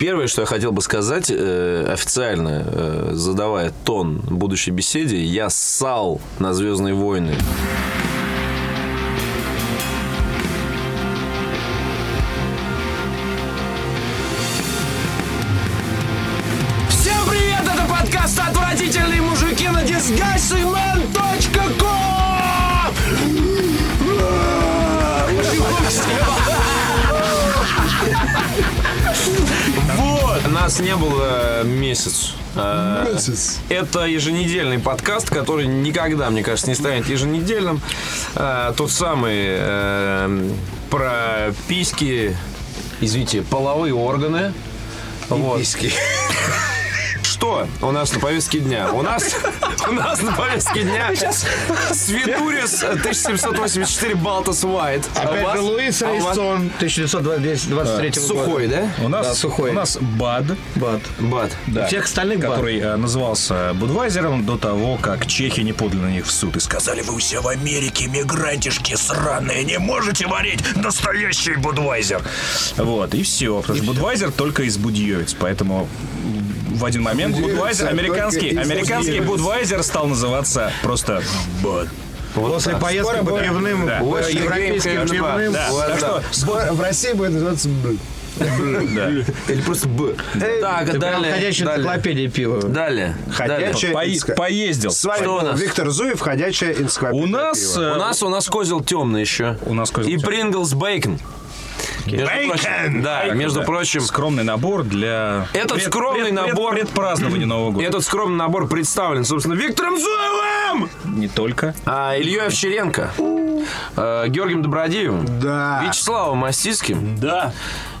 Первое, что я хотел бы сказать, э, официально э, задавая тон будущей беседе, я ссал на Звездные войны. Всем привет, это подкаст «Отвратительные мужики» на disgustingman.com Вот! Нас не было месяц. Э, Месяц. Это еженедельный подкаст, который никогда, мне кажется, не станет еженедельным. Э, Тот самый э, про письки, извините, половые органы. Вот. Письки. Что у нас на повестке дня? У нас, у нас на повестке дня Светурис э, 1784 Балтас Уайт. А у Опять вас- же Луис а у вас Рейстон. 1923 года. Сухой, да? У нас, Да, сухой. У нас БАД, Бат. Бат. да, Всех остальных Бад. который э, назывался Будвайзером до того, как чехи не подали на них в суд и сказали, вы все в Америке, мигрантишки сраные, не можете варить настоящий Будвайзер. Вот, и все. Потому что Будвайзер только из Будьевец, поэтому в один момент Будьевица Будвайзер, только американский, из американский Будьевиц. Будвайзер стал называться просто БАД. После поездки по пивным, Да. э, Очень европейским крепкая рыба. пивным. Да, Вот так да. что Бо- В России будет называться б. да. Или просто Б. Э, Так, далее. Ходячая Далее. энциклопедия пива. Далее. Далее. Ходячая По- энцик- поездил. С вами Что у был нас? Виктор Зуев, ходячая энциклопедия. У нас, пива. э, У нас, у нас козел темный еще. У нас козел И тёмный. Принглс Бейкон. Между Бейкон! прочим, Да, между Да. прочим, Скромный набор для... Этот скромный набор- Предпразднования Нового года. этот скромный набор представлен, собственно, Виктором Зуевым! Не только. А, Ильей Овчаренко, э, Георгием Добродеевым, Да. Вячеславом Мастицким Да,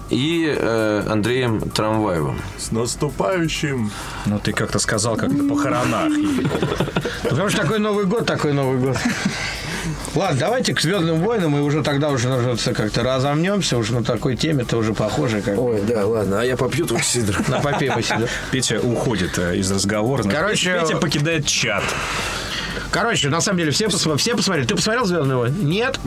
и э, Андреем Трамваевым. с наступающим. Ну, ты как-то сказал, как на похоронах. Потому что такой Новый год, такой Новый год. Ладно, давайте к Звездным войнам, и уже тогда уже нужно как-то разомнемся, уж на такой теме-то уже похоже, как Ой, да, ладно, а я попью твой сидр. на попе сидит. Петя уходит э, из разговора. Значит, Короче, Петя покидает чат. Короче, на самом деле, все, посма- все посмотрели. Ты посмотрел Звездные войны? Нет?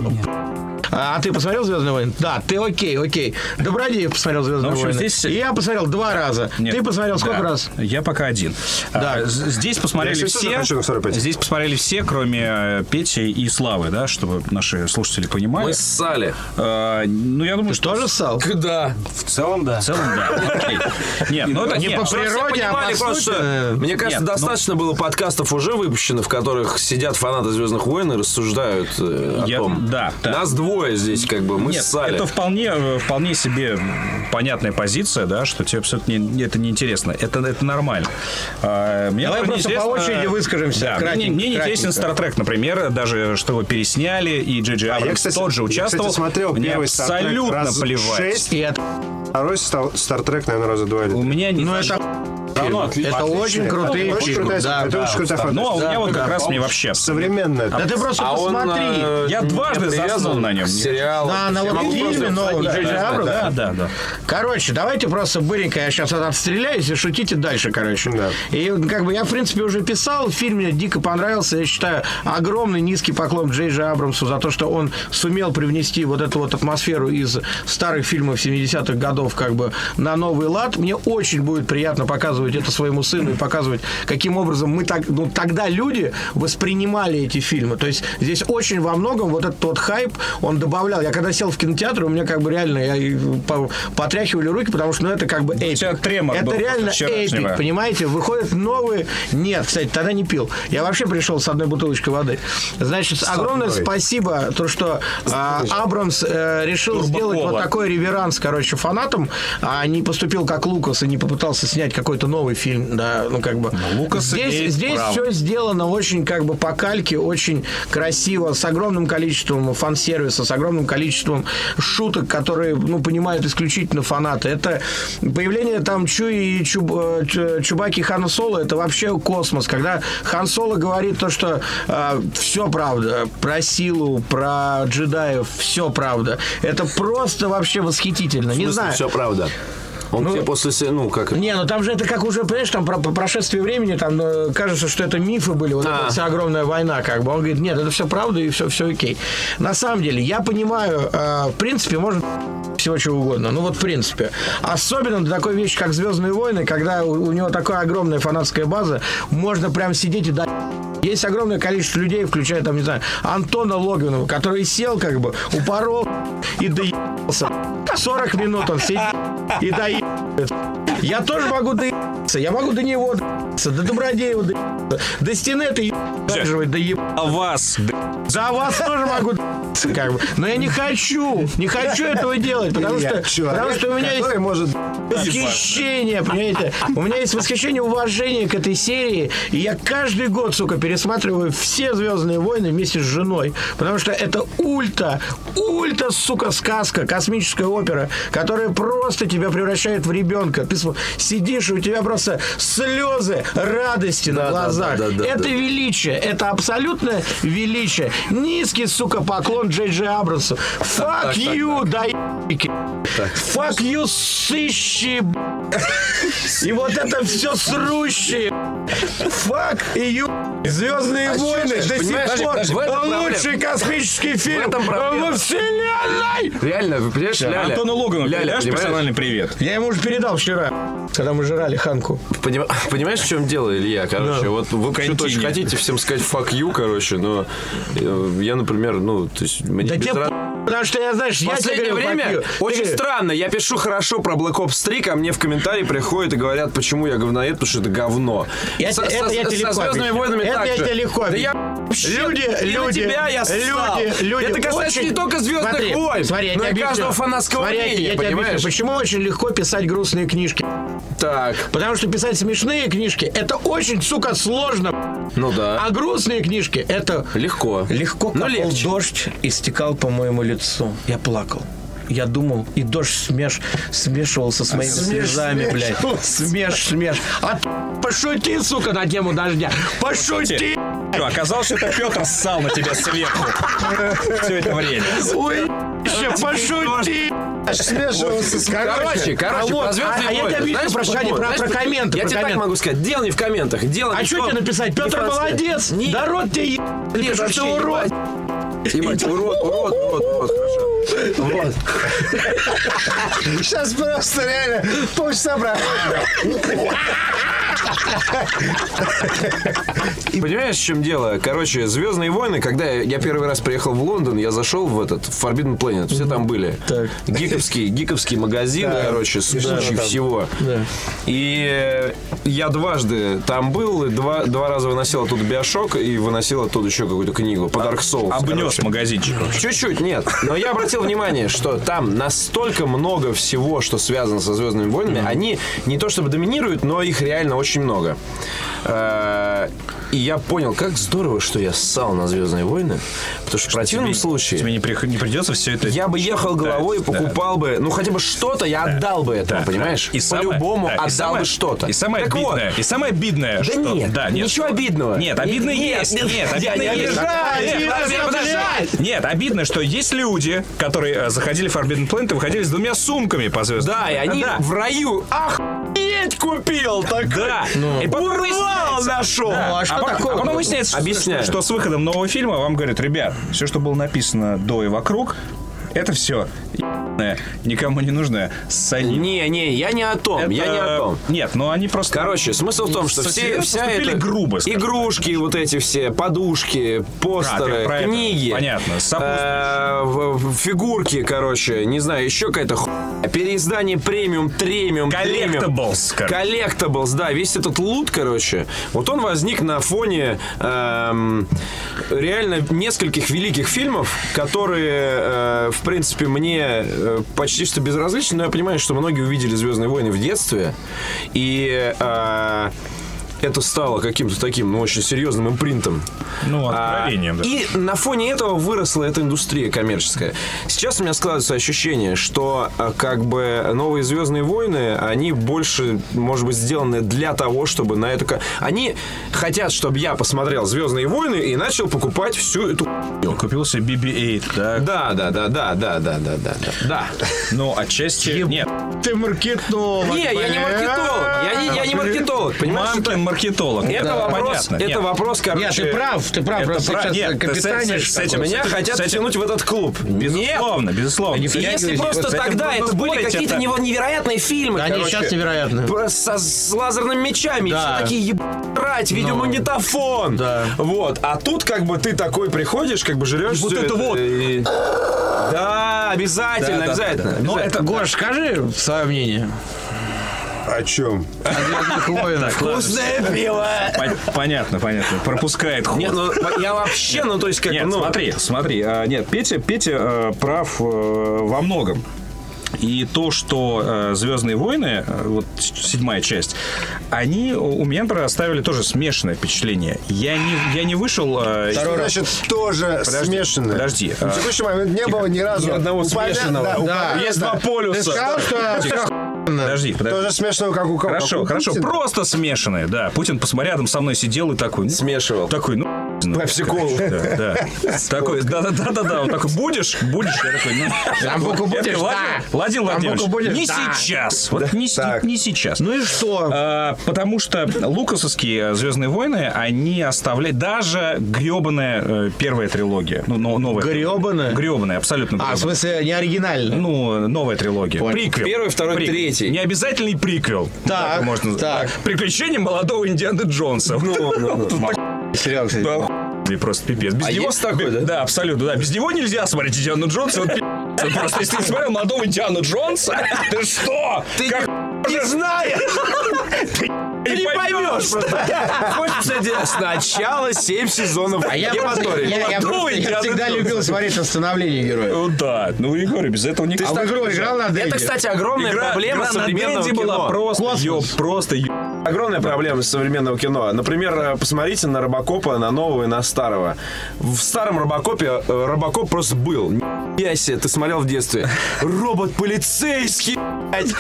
А ты посмотрел Звездные войны? Да, ты окей, окей. Добродеев посмотрел Звездные Ну, в общем, войны. здесь- И я посмотрел два раза. Нет. Ты посмотрел Да. сколько раз? Я пока один. Да. А, з- здесь посмотрели Я сейчас тоже все. хочу на второй пойти. Здесь посмотрели все, кроме э, Пети и Славы, да, чтобы наши слушатели понимали. Мы ссали. А, ну, я думаю, что Тоже ссал? Да. В целом, да. в целом, да. Окей. Нет, ну это Не нет. по Чтобы все природе, а понимали по просто, сути, что, э, Мне кажется, нет, ну- достаточно было подкастов уже выпущено, в которых сидят фанаты Звездных войн и рассуждают э, о Я- том. да, да. Нас двое здесь, как бы, мы Нет, ссали. это вполне, э, вполне себе понятная позиция, да, что тебе абсолютно не, это неинтересно. Это, это нормально. А, мне, Давай например, просто неинтересно- по очереди выскажемся, Да, мне- кратенько, мне, не интересен кратенько. Стартрек, например, даже что его пересняли, и Джей Джей Абрамс я, кстати, тот же я, участвовал. кстати, смотрел мне первый Star Trek абсолютно раз плевать. шесть. И это, Второй А стал- Стартрек, наверное, раза два или У три. меня не... ну, это, Равно это отлично. очень крутые Э, Очень фильмы. крутая Да, история, это да. очень крутая Ну, а у фантастика. меня вот да, как раз мне вообще... Современная. Да ты просто А он, посмотри. э, Я не дважды привязан заснул на нем. к сериалу. На- на Я вот могу фильме просто новом встать, Джей Джей да, Абрамс, да, Да, да, да. Короче, давайте просто быренько я сейчас отстреляюсь и шутите дальше, короче. Да. И ну, как бы я, в принципе, уже писал, фильм мне дико понравился. Я считаю, огромный низкий поклон Джей Джей Абрамсу за то, что он сумел привнести вот эту вот атмосферу из старых фильмов 70-х годов как бы на новый лад. Мне очень будет приятно показывать это своему сыну и показывать, каким образом мы так, ну, тогда люди воспринимали эти фильмы. То есть здесь очень во многом вот этот вот хайп, он добавлял. Я когда сел в кинотеатр, у меня как бы реально я и по- потряхивали руки, потому что ну, это как бы эпик. тебя тремор был это реально после вчерашнего. эпик, понимаете? Выходят новые... Нет, кстати, тогда не пил. Я вообще пришел с одной бутылочкой воды. Значит, огромное спасибо, то, что а, Абрамс э, решил сделать вот такой реверанс, короче, фанатам, а не поступил как Лукас и не попытался снять какой-то новый фильм, да, ну как бы. Лукас имеет здесь здесь право. все сделано очень как бы по кальке, очень красиво, с огромным количеством фан-сервиса, с огромным количеством шуток, которые, ну, понимают исключительно фанаты. Это появление там Чуи и Чуб- э, Чу- Чубаки и Хана Соло, это вообще космос. Когда Хан Соло говорит то, что все правда, про силу, про джедаев, все правда. Это просто вообще восхитительно. Не В смысле, знаю. все правда. Он тебе после... се- Ну, как... Не, ну там же это как уже, понимаешь, там про, по прошествии времени, там э, кажется, что это мифы были, вот А. эта вся огромная война, как бы. Он говорит, нет, это все правда и все, все окей. На самом деле, я понимаю, э, в принципе, можно всего чего угодно. Ну вот в принципе. Особенно для такой вещи, как «Звездные войны», когда у, у него такая огромная фанатская база, можно прям сидеть и дать есть огромное количество людей, включая, там, не знаю, Антона Логвинова, который сел, как бы, упорол и доебался. 40 минут он сидит и доебается. Я тоже могу доебаться. Я могу до него доебаться, до Добродеева доебаться, до стены доебаться, доебаться. А вас, За А вас тоже могу доебаться, как бы. Но я не хочу, не хочу этого делать, потому что, потому что у меня есть который может... восхищение, понимаете? У меня есть восхищение, уважение к этой серии. И я каждый год, сука, пересматриваю все «Звездные войны» вместе с женой. Потому что это ульта, ульта, сука, сказка, космическая опера, которая просто тебя превращает в ребенка. Ты см- сидишь, и у тебя просто слезы радости на глазах. да, да, это да. величие, это абсолютное величие. Низкий, сука, поклон Джей Джей Абрамсу. Fuck you, доебки. Fuck you, сыщи. б***ь. И вот это все срущи. Fuck you. Звездные войны А чё, до понимаешь, сих пор подожди, в этом проблема. лучший космический фильм этом проблема. во вселенной. Реально, вы понимаешь, Ляля... Антону Логану Ляля, передашь понимаешь? персональный привет? Я ему уже передал вчера, когда мы жрали Ханку. Поним- Понимаешь, в чем дело, Илья? Короче, вот вы что-то очень Континент. хотите всем сказать fuck you, короче, но э, я, например, ну, то есть, мне Да без тебе раз- п***, потому что я, знаешь, я тебе последнее говорю, время попью. очень Ты говоришь, странно. Я пишу хорошо про Black Ops 3, ко мне в комментарии приходят и говорят, почему я говноед, потому что это говно. Я- Со- это со- я со тебе легко «Звездными объясню». войнами» Это так я же. тебе легко Да я объясню. Люди, и на люди, тебя я ссал. люди, люди Это касается очень- не только «Звездных Смотри, войн», смотри, я но тебе и объясню. каждого фанатского Смотри, я тебе- мнения, я тебе объясню, понимаешь? Почему очень легко писать грустные книжки? Так, Потому что писать смешные книжки это очень, сука, сложно. ну да. А грустные книжки это Легко. легко Но капал Ну, легче. дождь и стекал по моему лицу. Я плакал. Я думал, и дождь смеш... смешивался с моими слезами, блядь. Смеш, смеш. А ты пошути, сука, на тему дождя. Пошути. Чё, оказалось, что это Петр ссал на тебя сверху все это время. Ой, ещё пошути. Короче, короче, а вот, про «Звездные а- а я тебе войны». объясню, Знаешь, про- почему? про- Знаешь, про почему? комменты, Я про тебе так комменты. могу сказать. Дело не в комментах. Дело А не в что том- тебе написать? не Петр в конце. молодец. Нет. Народ тебе е... Нет, Потому вообще что урод. ебать. Ебать, урод, урод, урод, урод, хорошо. Сейчас просто реально полчаса проходит. Понимаешь, в чем дело? Короче, Звездные войны, когда я- я первый раз приехал в Лондон, я зашел в этот в Forbidden Planet, все там были. Так. Гиковский, гиковский магазин, короче, с кучей всего. И э, я дважды там был, и два, два раза выносил оттуда биошок и выносил оттуда еще какую-то книгу по Dark Souls. Обнес магазинчик. Чуть-чуть, нет. Но я обратил внимание, что там настолько много всего, что связано со Звездными войнами. Они не то чтобы доминируют, но их реально очень много. Э, И я понял, как здорово, что я ссал на Звездные войны. Потому что в противном Тебе случае не, прих- не придется все это... я бы ехал головой и Да, да. покупал бы, ну хотя бы что-то, я отдал бы это, понимаешь? И самое- По-любому да, и отдал самое- бы что-то. И самое так вот, обидное. и самое обидное, Да что- нет, да, нет. ничего обидного. Нет, обидно Нет, есть. нет, Нет, я обидно не есть. обижаюсь, Нет, не подожди, надо подожди. обижать. Нет, обидно, что есть люди, которые э, заходили в Forbidden Planet и выходили с двумя сумками по звездам. Да, и они Да. в раю. Охуеть купил такой. Да. И потом выясняется- Ну. нашел. Да. а что потом- такого? А потом выясняется, Объясняю. что, что с выходом нового фильма вам говорят, ребят, все, что было написано до и вокруг, это все никому не нужное. Ссали. Не, не, я не о том, я не о том. Нет, но они просто... Короче, смысл в том, что все, Серьезно вся поступили эта грубо, скажем так. игрушки, вот эти все подушки, постеры, ты про это. книги, Понятно, э, в- в- фигурки, короче, не знаю, еще какая-то хуйня, переиздание премиум, тремиум, Collectibles, короче. коллектаблс, да, весь этот лут, короче, вот он возник на фоне эм, реально нескольких великих фильмов, которые, э, в принципе, мне э, почти что безразличны, но я понимаю, что многие увидели Звездные войны в детстве, и э, это стало каким-то таким, ну, очень серьезным импринтом. Ну, А, откровением, да. И на фоне этого выросла эта индустрия коммерческая. Сейчас у меня складывается ощущение, что а, как бы новые Звездные войны, они больше, может быть, сделаны для того, чтобы на эту... ко- Они хотят, чтобы я посмотрел Звездные войны и начал покупать всю эту... Он купил себе BB-8, да? Да, да, да, да, да, да, да, да, да. да. Ну, отчасти... Нет. Ты маркетолог. Не, я не маркетолог. Я не, я не маркетолог. маркетолог, понимаешь? Мамкин маркетолог. Это Да, вопрос, понятно. это Нет. вопрос, короче. Нет, ты прав, ты прав. это просто прав- сейчас нет, ты с- капитание с- с что-то. этим- Меня Кстати, хотят кстати, втянуть в этот клуб. Безусловно, безусловно. Они Если Если Втягивайте. просто С этим тогда нужно это были спорить, какие-то это- нево- невероятные фильмы, Да, Они короче. сейчас невероятны. Про- со- с лазерными мечами, и Да. все такие Ну. ебать, видеомагнитофон. Да. Вот. А тут как бы ты такой приходишь, как бы жрешь Вот всё это вот. и- Да, обязательно, обязательно. Да, да, да, да. обязательно. Ну, это, Гош, скажи свое мнение. О чем? Вкусное э, пиво. Пон- Понятно, понятно. Пропускает ход. Нет, ну я вообще, ну то есть как Нет, бы, ну... смотри, смотри. а, Нет, Петя, Петя э, прав э, во многом. И то, что Звездные войны, э, вот с- седьмая часть, они у меня, например, оставили тоже смешанное впечатление. Я не, я не вышел... э, Что значит тоже смешанное? подожди, В а- текущий момент не было ни разу. Ни одного упомя- смешанного. Да, Да. упомя- Есть да. два полюса. Ты сказал, что Тихо, Подожди, подожди. тоже смешанного, как у кого? как Хорошо, у хорошо. Путина? Просто смешанные, да. Путин посмотри, рядом со мной сидел и такой... ну, Смешивал. Такой, ну... Пепси Да, да. Такой, да, да, да, да, да. Он такой, будешь? Будешь? Я такой, ну... Я Тамбуку А будешь? такой, Владимир- Да. Владимир Тамбуку Владимирович, будешь? не Да. сейчас. Вот не с- не сейчас. Ну и что? А, Потому что лукасовские «Звездные войны», они оставляют... Даже гребаная первая трилогия. Ну, но- новая. Грёбаная? Гребаная, абсолютно А, в грёбаная. смысле, не оригинально. Ну, новая трилогия. Приквел. Первый, второй, Приквел. третий. Необязательный приквел. Так, его можно... так. Приключения молодого Индианы Джонса. Ну, Сериал, кстати. Да, охуенный просто пипец. Без него А есть такой, да? Да, абсолютно, да. Без него нельзя смотреть Индиану Джонса. он пи***ц. Просто если ты смотрел молодого Индиану Джонса, ты что? Ты не знаешь! Ты не поймешь! Хочешь, кстати, сначала семь сезонов А я, просто- Евпатории. я- Молодой я просто- я Индиана всегда Джонса. любил смотреть на становление героя. Ну да, ну и говорю, без этого никак. А в игру играл на Денде? Это, кстати, огромная проблема современного кино. была просто, Космос. ё- просто ё- Огромная проблема современного кино. Например, э, посмотрите на Робокопа, на нового и на старого. В старом Робокопе э, Робокоп просто был. Нихуя себе, ты смотрел в детстве. Робот полицейский, блядь.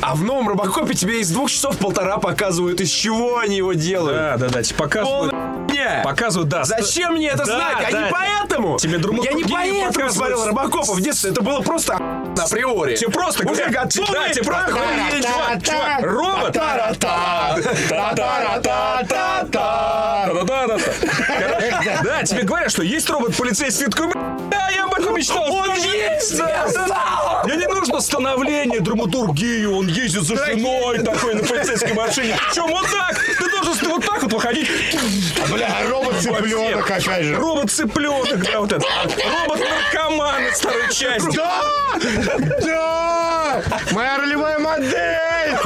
А в новом Робокопе тебе из двух часов полтора показывают, из чего они его делают. Да, да, да, типа показывают, Полная хуйня. показывают, да. Зачем мне это Да, знать? Я да. не поэтому. Тебе Друмут Я не Тургенев поэтому показывает. смотрел Робокопа в детстве. Это было просто охуенно априори. Тебе просто Уже говорят, готовый да, тебе просто проходит. говорят, чувак, чувак, робот. Та-та-та-та-та-та. Короче, Да, тебе говорят, что есть робот полицейский. Ты такой, «Бля, да, я об этом мечтал. Он есть, Мне не нужно становление, драматургии, он ездит за женой такой на полицейской машине. Причем вот так, ты должен вот так вот выходить. Бля, робот цыпленок опять же. Робот-цыпленок, да, вот это. Робот-наркоман из второй части. Моя ролевая модель!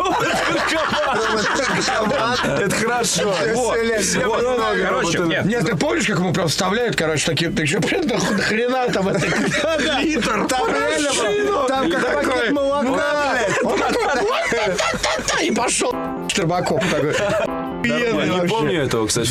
Это хорошо. Вот. Вот. Короче, нет, Нет, ты помнишь, как ему прям вставляют, короче, такие, ты что, блин, да хуй- хрена там это? Литр! Там реально было, ну, там как пакет молока. Он такой, «Та-та-та-та-та», И пошел Щербаков такой. пьяный Не вообще. помню этого, кстати.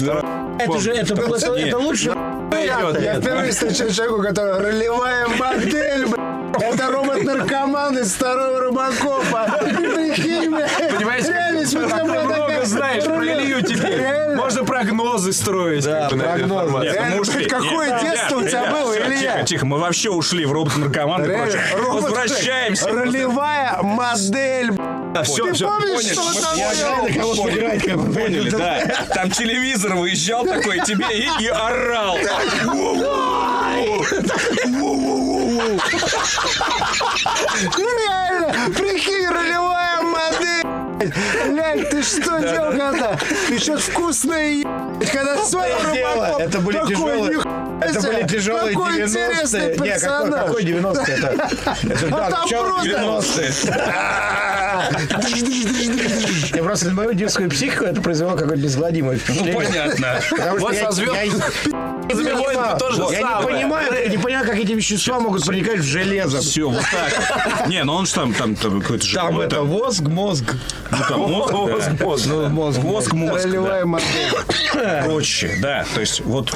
Это же, это было- это- это лучше. Я впервые встречаю человека, у которого ролевая модель, бля. Это робот-наркоман из второго Рыбакопа. Ты прикинь, бля. Понимаете, Реально, смотри, Ты бля, много такая знаешь про рулет. Илью теперь. Реально. Можно прогнозы строить. Да, Прогнозы. Нет, Реально, мы хоть ушли. Какое Нет, детство у ребят, тебя было, всё, Тихо, Илья? тихо, мы вообще ушли в робот-наркоман и Реально, прочее. робот- Возвращаемся. Ролевая модель, бля. Все, Ты все. помнишь, что мы- там я было? Поняли, да. Там телевизор выезжал такой тебе и, и орал. Ну, Реально, прикинь, ролевая модель. Блядь, ты что делал когда? Ты что вкусное ебать, когда ты смотрел Рыбаков, Это были такой, тяжелые- нихуя Это себе, были тяжелые какой 90-е. интересный Не, какой, персонаж. какой 90-е? Это, это А да, там начало просто- 90-е. Я просто на мою детскую психику это произвело какое-то неизгладимое впечатление. Понятно. Потому что Вот я- со звёз- я- «Звездными Я не войнами» понимаю. то же Я не самое. понимаю, я не понимаю, как эти вещества могут проникать в железо. Все, вот так. Не, ну он же там, там, там какой-то же... Там вот это воск, мозг. ну, там мозг, да. Ну, мозг. Мозг, мозг, да. Ролевая модель. Короче, да, то есть вот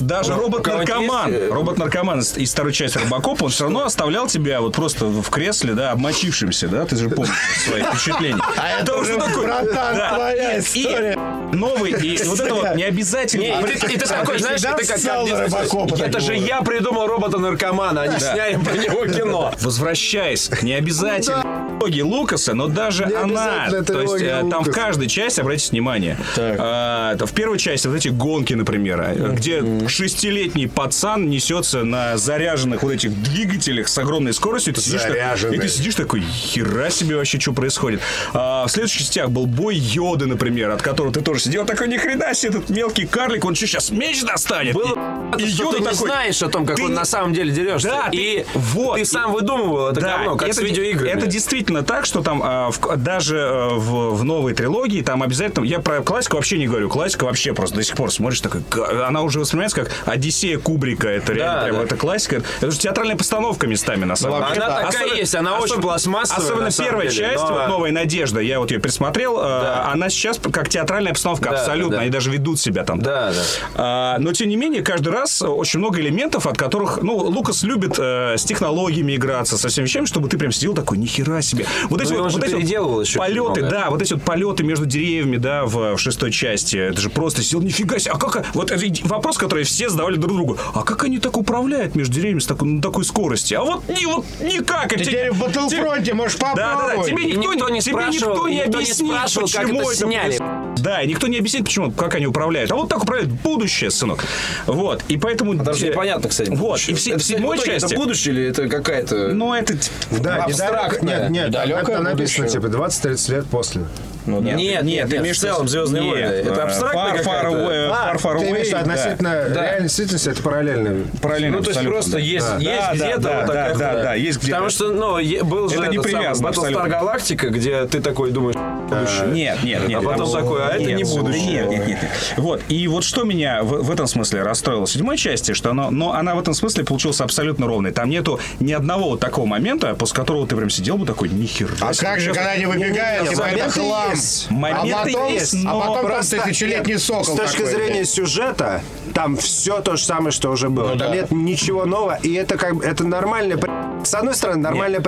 Даже э, робот-наркоман, робот-наркоман из- из второй части Робокопа, он все равно оставлял тебя вот просто в кресле, да, обмочившимся, да, ты же помнишь свои впечатления. А это уже братан, твоя история. Новый, и вот это вот необязательно. И А ты, и ты такой, знаешь, ты как- Достал как- Робокопа Это такого. же я придумал робота-наркомана, а не сняли про него кино. Возвращаясь к необязательной трилогии Лукаса, но даже она, Необязательная то есть трилогия э, там в Лукаса. каждой части, обратите внимание, э, то в первой части вот эти гонки, например, э, где шестилетний пацан несется на заряженных вот этих двигателях с огромной скоростью, и ты сидишь, так- Заряженные. и ты сидишь такой, хера себе вообще, что происходит. А, в следующих частях был бой Йоды, например, от которого ты тоже сидел, такой, ни хрена себе, этот мелкий карлик, он что, сейчас меч достанет? Было и, и что ты Йода не такой, знаешь о том, как «Ты он не- на самом деле дерешься. Да, и ты- вот. ты И- сам выдумывал это говно, как с ди- видеоиграми. это действительно так, что там а, в- даже э, в, в новой трилогии там обязательно... Я про классику вообще не говорю. Классика вообще просто до сих пор смотришь такой... «Га-». Она уже воспринимается как Одиссея Кубрика. Это реально Да, прям да. это классика. Это же театральная постановка местами на самом вообще деле. Она да. такая есть, она очень пластмассовая, Особенно на самом первая деле, часть, но- вот «Новая надежда», я вот ее пересмотрел, э, она сейчас как театральная постановка Да, да, абсолютно. да. Они даже ведут себя там. Да, да. А, но тем не менее, каждый раз очень много элементов, от которых, ну, Лукас любит э, с технологиями играться, со всеми вещами, чтобы ты прям сидел такой, нихера себе. Вот эти Ну, и вот, он же вот эти вот переделывал еще полеты, много. да, вот эти вот полеты между деревьями, да, в, в шестой части, это же просто сидел, нифига себе, а как, вот это иди- вопрос, который все задавали друг другу, а как они так управляют между деревьями с такой, на такой скорости? А вот, ни, вот никак. Ты теперь в Battlefront можешь Да, да, да. попробовать. Тебе И никто, никто не тебе спрашивал, никто и не никто не объяснит, спрашивал, как почему это сняли. происходит. Да, и никто не объяснит, почему, как они управляют. А вот так управляет будущее, сынок. Вот. И поэтому. Даже э, непонятно, кстати. Вот. будущее. И в, се- Это, в кстати, седьмой в итоге части. Это будущее или это какая-то... Ну, это. ть- Да, Абстрактное. недалеко- Нет, нет, Далекое там написано, будущее. типа, 20-30 лет после. ну, нет, нет, нет, ты имеешь в целом «Звездные Нет, э, войны». Это а, абстрактная Far, Far какая-то? Away, Far, Far Ты Away, имеешь в виду да. относительно реальной действительности, это параллельно. Параллельно Ну, то есть абсолютно, просто да. есть, есть Да, да, где-то да, вот такая да, да, хуйня. да, есть где-то. Потому что, ну, е- был же Это этот не самый привязано Battlestar абсолютно. Галактика, где ты такой думаешь, будущее. Нет, нет, нет. А потом там- такой, а это нет, не будущее. Нет, нет, нет. Вот. И вот что меня в, в этом смысле расстроило в седьмой части, что оно, но она в этом смысле получилась абсолютно ровной. Там нету ни одного вот такого момента, после которого ты прям сидел бы такой, нихера. А как же, когда они выбегают, типа, это Моменты хлам. есть. Моменты а потом, есть, а но потом там Просто тысячелетний нет, сокол С точки такой. зрения сюжета, там все то же самое, что уже Ну было. там нет ничего нового, и это как бы- это нормально. С одной стороны, нормально.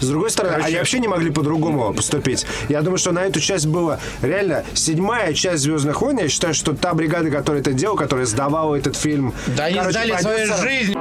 С другой стороны, они вообще не могли по-другому поступить. Я думаю, что на эту часть было реально седьмая часть Звездных войн. Я считаю, что та бригада, которая это делала, которая сдавала этот фильм. Да они Короче, сдали свою продюсерам- жизнь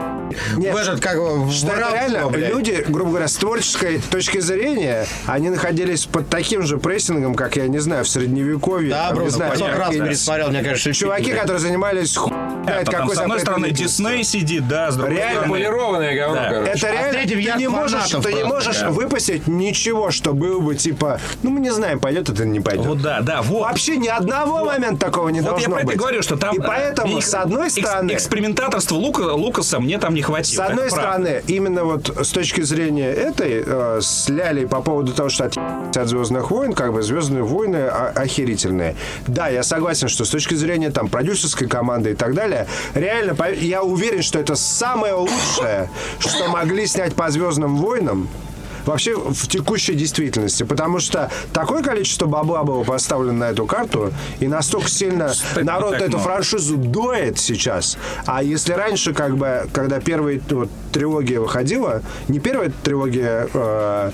Нет, в этот, как его, в что это рабство, реально блядь. люди, грубо говоря, с творческой точки зрения, они находились под таким же прессингом, как, я не знаю, в средневековье. Да, там, не просто знаю, потом раз какие-нибудь пересмотрел, мне кажется, Ну, Чуваки, фильм, блядь. которые занимались ху... знает какой Там, с одной запретной стороны деятельностью. Дисней сидит, да, с другой Реально стороны... Полированное говно, Да. короче. Это реально, третьим ты я не фанатов можешь, ты не просто, можешь да. выпустить ничего, что было бы типа, ну мы не знаем, пойдет это или не пойдет. Вот да, да, вот. Вообще ни одного момента такого не Вот я должно про это быть. и говорю, что там... И э, поэтому, мне- с одной экс- стороны, Экспериментаторство Лука- Лукаса мне там не С хватило. одной это правда. стороны, именно вот с точки зрения этой, э, сляли по поводу того, что от, от «Звездных войн», как бы «Звездные войны» о- охерительные. Да, я согласен, что с точки зрения там продюсерской команды и так далее, реально, по- я уверен, что это самое лучшее, что могли снять по «Звездным войнам», Вообще в текущей действительности, потому что такое количество бабла было поставлено на эту карту, и настолько сильно народ так эту много. фразу франшизу дует сейчас. А если раньше, как бы, когда первая вот, трилогия выходила, не первая трилогия э,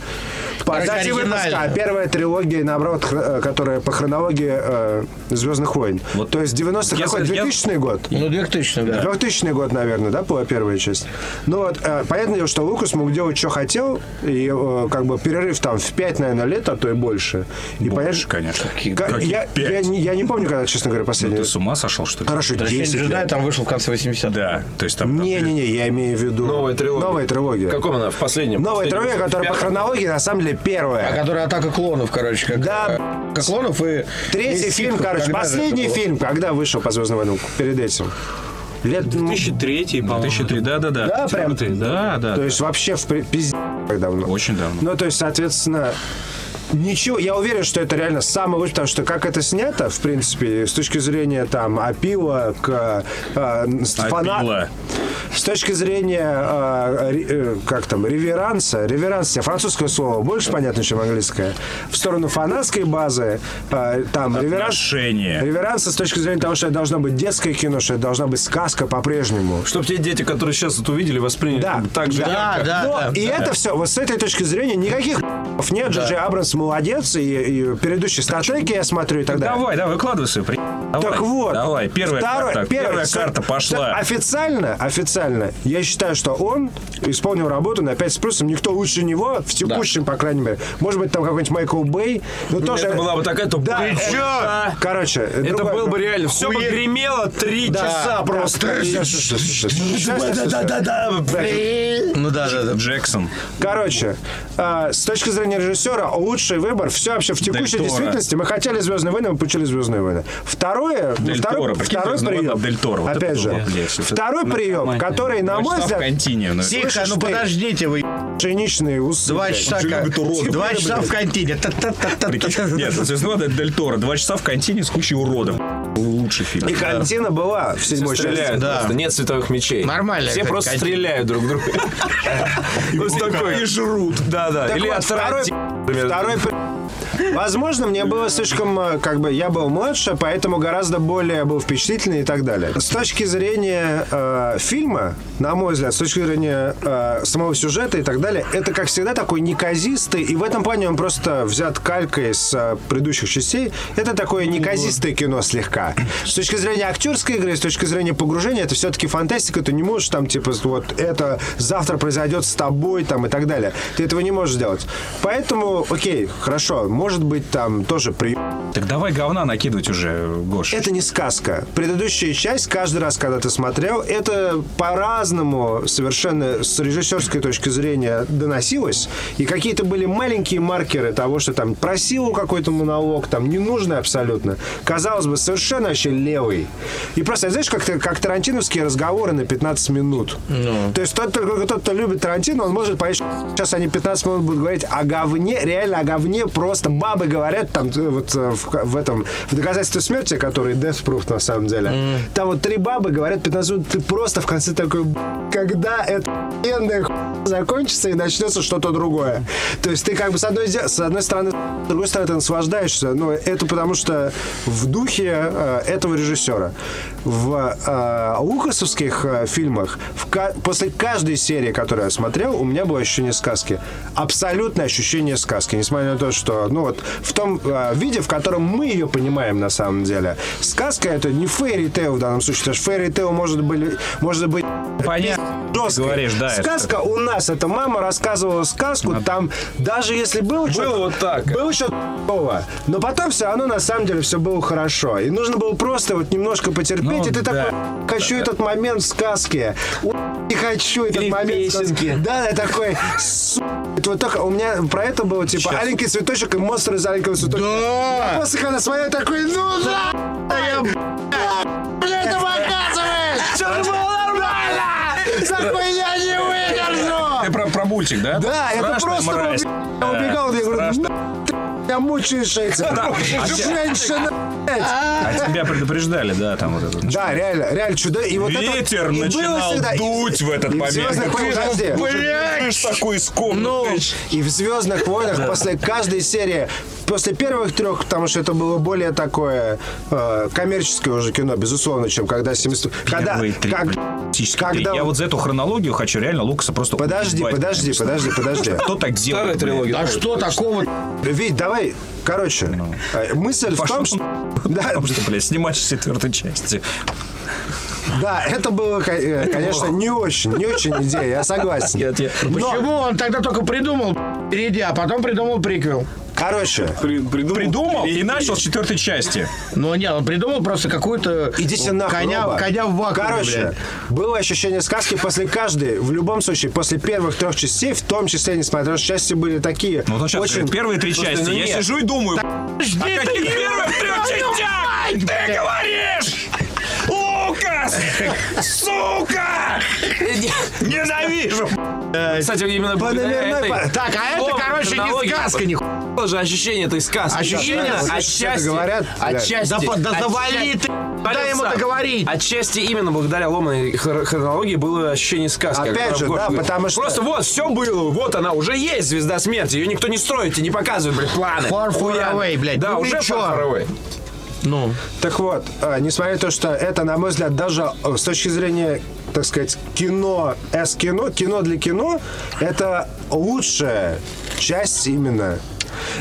по Короче, дате выпуска, а оригинальная. первая трилогия, наоборот, хр- э, которая по хронологии э, Звездных войн. Вот. То есть 90 Я какой с- я- 2000 год? Ну, 2000 да. 2000 год, наверное, да, была первая часть. Ну вот, э, понятное дело, что Лукас мог делать, что хотел, и э, как бы перерыв там в 5, наверное, лет, а то и больше. И Больше, конечно. Ка- Каких я, пять? Ну, я не- я не помню, когда, честно говоря, последний Ты раз. с ума сошел, что ли? Хорошо, 10 «Возвращение лет. джедая» там вышел в конце 80-х. Да, то есть там... Не-не-не, я имею в виду... Новая трилогия. Новая трилогия. В каком она? В последнем? Новая Последнем, трилогия, в которая по пятом? хронологии на самом деле А первая. который атака клонов, короче, как, Да. э, как клонов и Третий и фильм, ситхов, короче, когда же это последний было? фильм, когда вышел по Звездным войнам перед этим. Лет, ну, 2003, по-моему. 2003, да-да-да. Да, прям? Да, да. то есть вообще в при- пиздец как давно. Очень давно. Ну, то есть, соответственно, Ничего, я уверен, что это реально самое лучшее, потому что как это снято, в принципе, с точки зрения там опила к э, с А, фана- Опила. С точки зрения, э, ре- э, как там, реверанса, реверанс, тебе французское слово больше понятно, чем английское, в сторону фанатской базы, э, там, реверанс, Отношения. реверанса с точки зрения того, что это должно быть детское кино, что это должна быть сказка по-прежнему, Чтобы те дети, которые сейчас это увидели, восприняли да, так же. да, ярко. да, Но да, и это все, вот с этой точки зрения, никаких нет, Джей Абрамс молодец, и, и предыдущие стратегии я смотрю и так далее. Давай, давай, выкладывай свою при... Так вот. Давай, первая второй- карта. первый- Первая со- да, карта пошла. Официально, официально, я считаю, что он исполнил работу на 5 с плюсом. Никто лучше него, в текущем, по крайней мере. Может быть, там какой-нибудь Майкл Бэй. Но тоже... Это была бы такая то Да, Ты это- чё? Короче, Это был бы реально. Все бы гремело три часа просто. Ну да, да, да. Джексон. Короче, а, с точки зрения режиссера, лучший выбор. Все вообще в текущей Торо. действительности. Мы хотели «Звездные войны», мы получили «Звездные войны». Второе, ну, Дель второй, Торо, прикинь, второй «Звездные войны» прием, от Дель Торо. Вот опять это же, было, блядь, это ну, второй прием, который, на мой Часа в взгляд, контине. ну. Тихо, слышишь ну ты? подождите вы, пшеничные усы. два блядь. часа, ка- два часа в контине. А Та-та-та-та-та. Нет, «Звездные войны» от Дель Торо. Два часа в контине с кучей уродов. Лучший фильм. И картина была в седьмой части. Стреляют Да. просто. Нет световых мечей. Нормально, Все кстати, просто один. стреляют друг друга. И жрут. Да, да. Так Или вот, второй, отравить. второй при- Возможно, мне было слишком, э, как бы, я был младше, поэтому гораздо более был впечатлительный и так далее. С точки зрения э, фильма, на мой взгляд, с точки зрения э, самого сюжета и так далее, это, как всегда, такой неказистый, и в этом плане он просто взят калькой с э, предыдущих частей. Это такое неказистое кино слегка. С точки зрения актерской игры, с точки зрения погружения, это все-таки фантастика, ты не можешь там, типа, вот это завтра произойдет с тобой, там, и так далее. Ты этого не можешь сделать. Поэтому, окей, хорошо, может быть, там тоже при... Так давай говна накидывать уже, Гош. Это не сказка. Предыдущая часть, каждый раз, когда ты смотрел, это по-разному совершенно с режиссерской точки зрения доносилось. И какие-то были маленькие маркеры того, что там про силу какой-то монолог, там ненужный абсолютно. Казалось бы, совершенно вообще левый. И просто, знаешь, как, как тарантиновские разговоры на 15 минут. То есть тот, только тот, кто любит Тарантино, он может понять, что сейчас а они 15 минут будут говорить о говне, реально о говне, просто бабы говорят там э, вот э, в, в этом, в доказательстве смерти, который Death Proof на самом деле. Там вот три бабы говорят 15 минут, ты просто в конце такой, «Б***ь, когда это охуенная хуйня закончится и начнется что-то другое. То есть ты как бы с одной, де- с одной стороны, с другой стороны ты наслаждаешься, но это потому что в духе э, этого режиссера. В э, лукасовских э, фильмах в ка- после каждой серии, которую я смотрел, у меня было ощущение сказки. Абсолютное ощущение сказки, несмотря на то, что, ну вот, в том э, виде, в котором мы ее понимаем на самом деле. Сказка это не фейри тейл в данном случае, потому что фейри тейл может быть, может быть Понятно. жесткой. говоришь, да, это- Сказка у нас, это мама рассказывала сказку, там даже если был Было вот так. был еще но потом все равно на самом деле все было хорошо. И нужно было просто вот немножко потерпеть, Ну, и ты да. такой, хочу этот момент сказки. У- Не хочу этот Или в момент песенке. сказки. Да, я такой, «Су- это вот только у меня про это было типа аленький цветочек и монстр из аленького цветочка. Да! А после когда своя такой, ну да! Я, б***ь, мне это показываешь! Все же было нормально! Такой я не выдержу! Ты про, про мультик, да? Да, это Страшная просто мразь. был, я убегал, я говорю, «Ну «На, ты меня мучаешь этим. Женщина, блядь. А тебя предупреждали, да, там вот этот. Да, реально, реально чудо. И вот это- Ветер и было начинал всегда, и- дуть в этот и в Ну, момент. «Звездных войнах», подожди. Блядь! такой из комнаты. И в Звездных войнах после каждой серии, после первых трех, потому что это было более такое э, коммерческое уже кино, безусловно, чем когда 70 Когда. Первые три, как- блядь, практически когда три. Я он- вот за эту хронологию хочу реально Лукаса просто Подожди, убивать. подожди, подожди, подожди. Кто так делает? блядь? А что такого? Вить, давай. Короче, Ну. э, мысль в том, что. Да, Потому что, блядь, снимаешь с четвертой части. Да, это было, ко- э, конечно, не очень, не очень идея, я согласен. Я тебе- Почему он тогда только придумал впереди, а потом придумал приквел? Короче, Придумал и начал с четвертой части. Ну нет, он придумал просто какую-то идите нахуй. коня, оба. коня в вакууме. Короче, блядь. было ощущение сказки после каждой, в любом случае, после первых трех частей, в том числе, несмотря на что части были такие, Ну, вот он сейчас очень... говорит, первые три части. Я сижу и думаю, Жди А о ты, каких ну первых трех частях ты говоришь? Лукас! Сука! Ненавижу! Кстати, именно благодаря номерной этой по- Так, а это, словно короче, не технологии сказка, ни хуя. было же ощущение этой сказки. Ощущение, Именно слышишь, отчасти. что-то говорят, блядь. отчасти. Да, по- да отчасти- завали ты, дай ему Сам. договорить. Отчасти именно благодаря ломаной хр- хронологии было ощущение сказки. Опять как же, в Гофмане. да, потому что- Просто вот, все было, вот она, уже есть звезда смерти, ее никто не строит и не показывает, блядь, планы. Far, far Хуя. away, блядь. Да, Ну уже ты чё? far away. Ну, Так вот, а, несмотря на то, что это, на мой взгляд, даже э, с точки зрения, так сказать, кино, С-кино, кино для кино, это лучшая часть именно.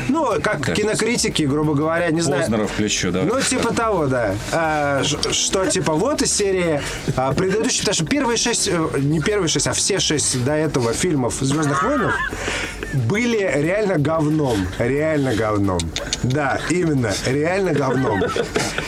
Ну, как кинокритики, грубо говоря, не знаю. Познера включу, да. Ну, типа того, да. А, ж- что, типа, вот из серии а, предыдущие, потому что первые шесть, э, не первые шесть, а все шесть до этого фильмов «Звездных войнов» были реально говном. Реально говном. Да, именно, реально говном.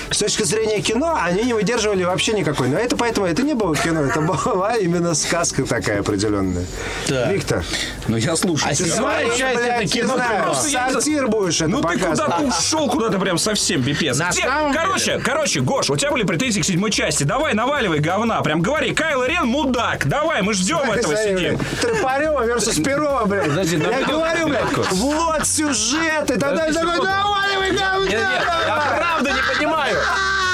С точки зрения кино, они не выдерживали вообще никакой. Но это поэтому это не было кино, это была именно сказка такая определенная. Виктор, Ну я слушаю. Ты А седьмая часть это блядь, не кино. знаю, в сортир будешь это Ну ты показывать. куда-то ушел, куда-то прям совсем пипец. На Где- самом деле- короче, короче, Гош, у тебя были претензии к седьмой части. Давай, наваливай говна. Прям говори, Кайл Рен мудак. Давай, мы ждем этого сидим. Тропарева versus Перова, блядь. Я говорю, блядь, вот сюжет. И тогда я такой, давай, Нет, нет, я говно. правда не понимаю.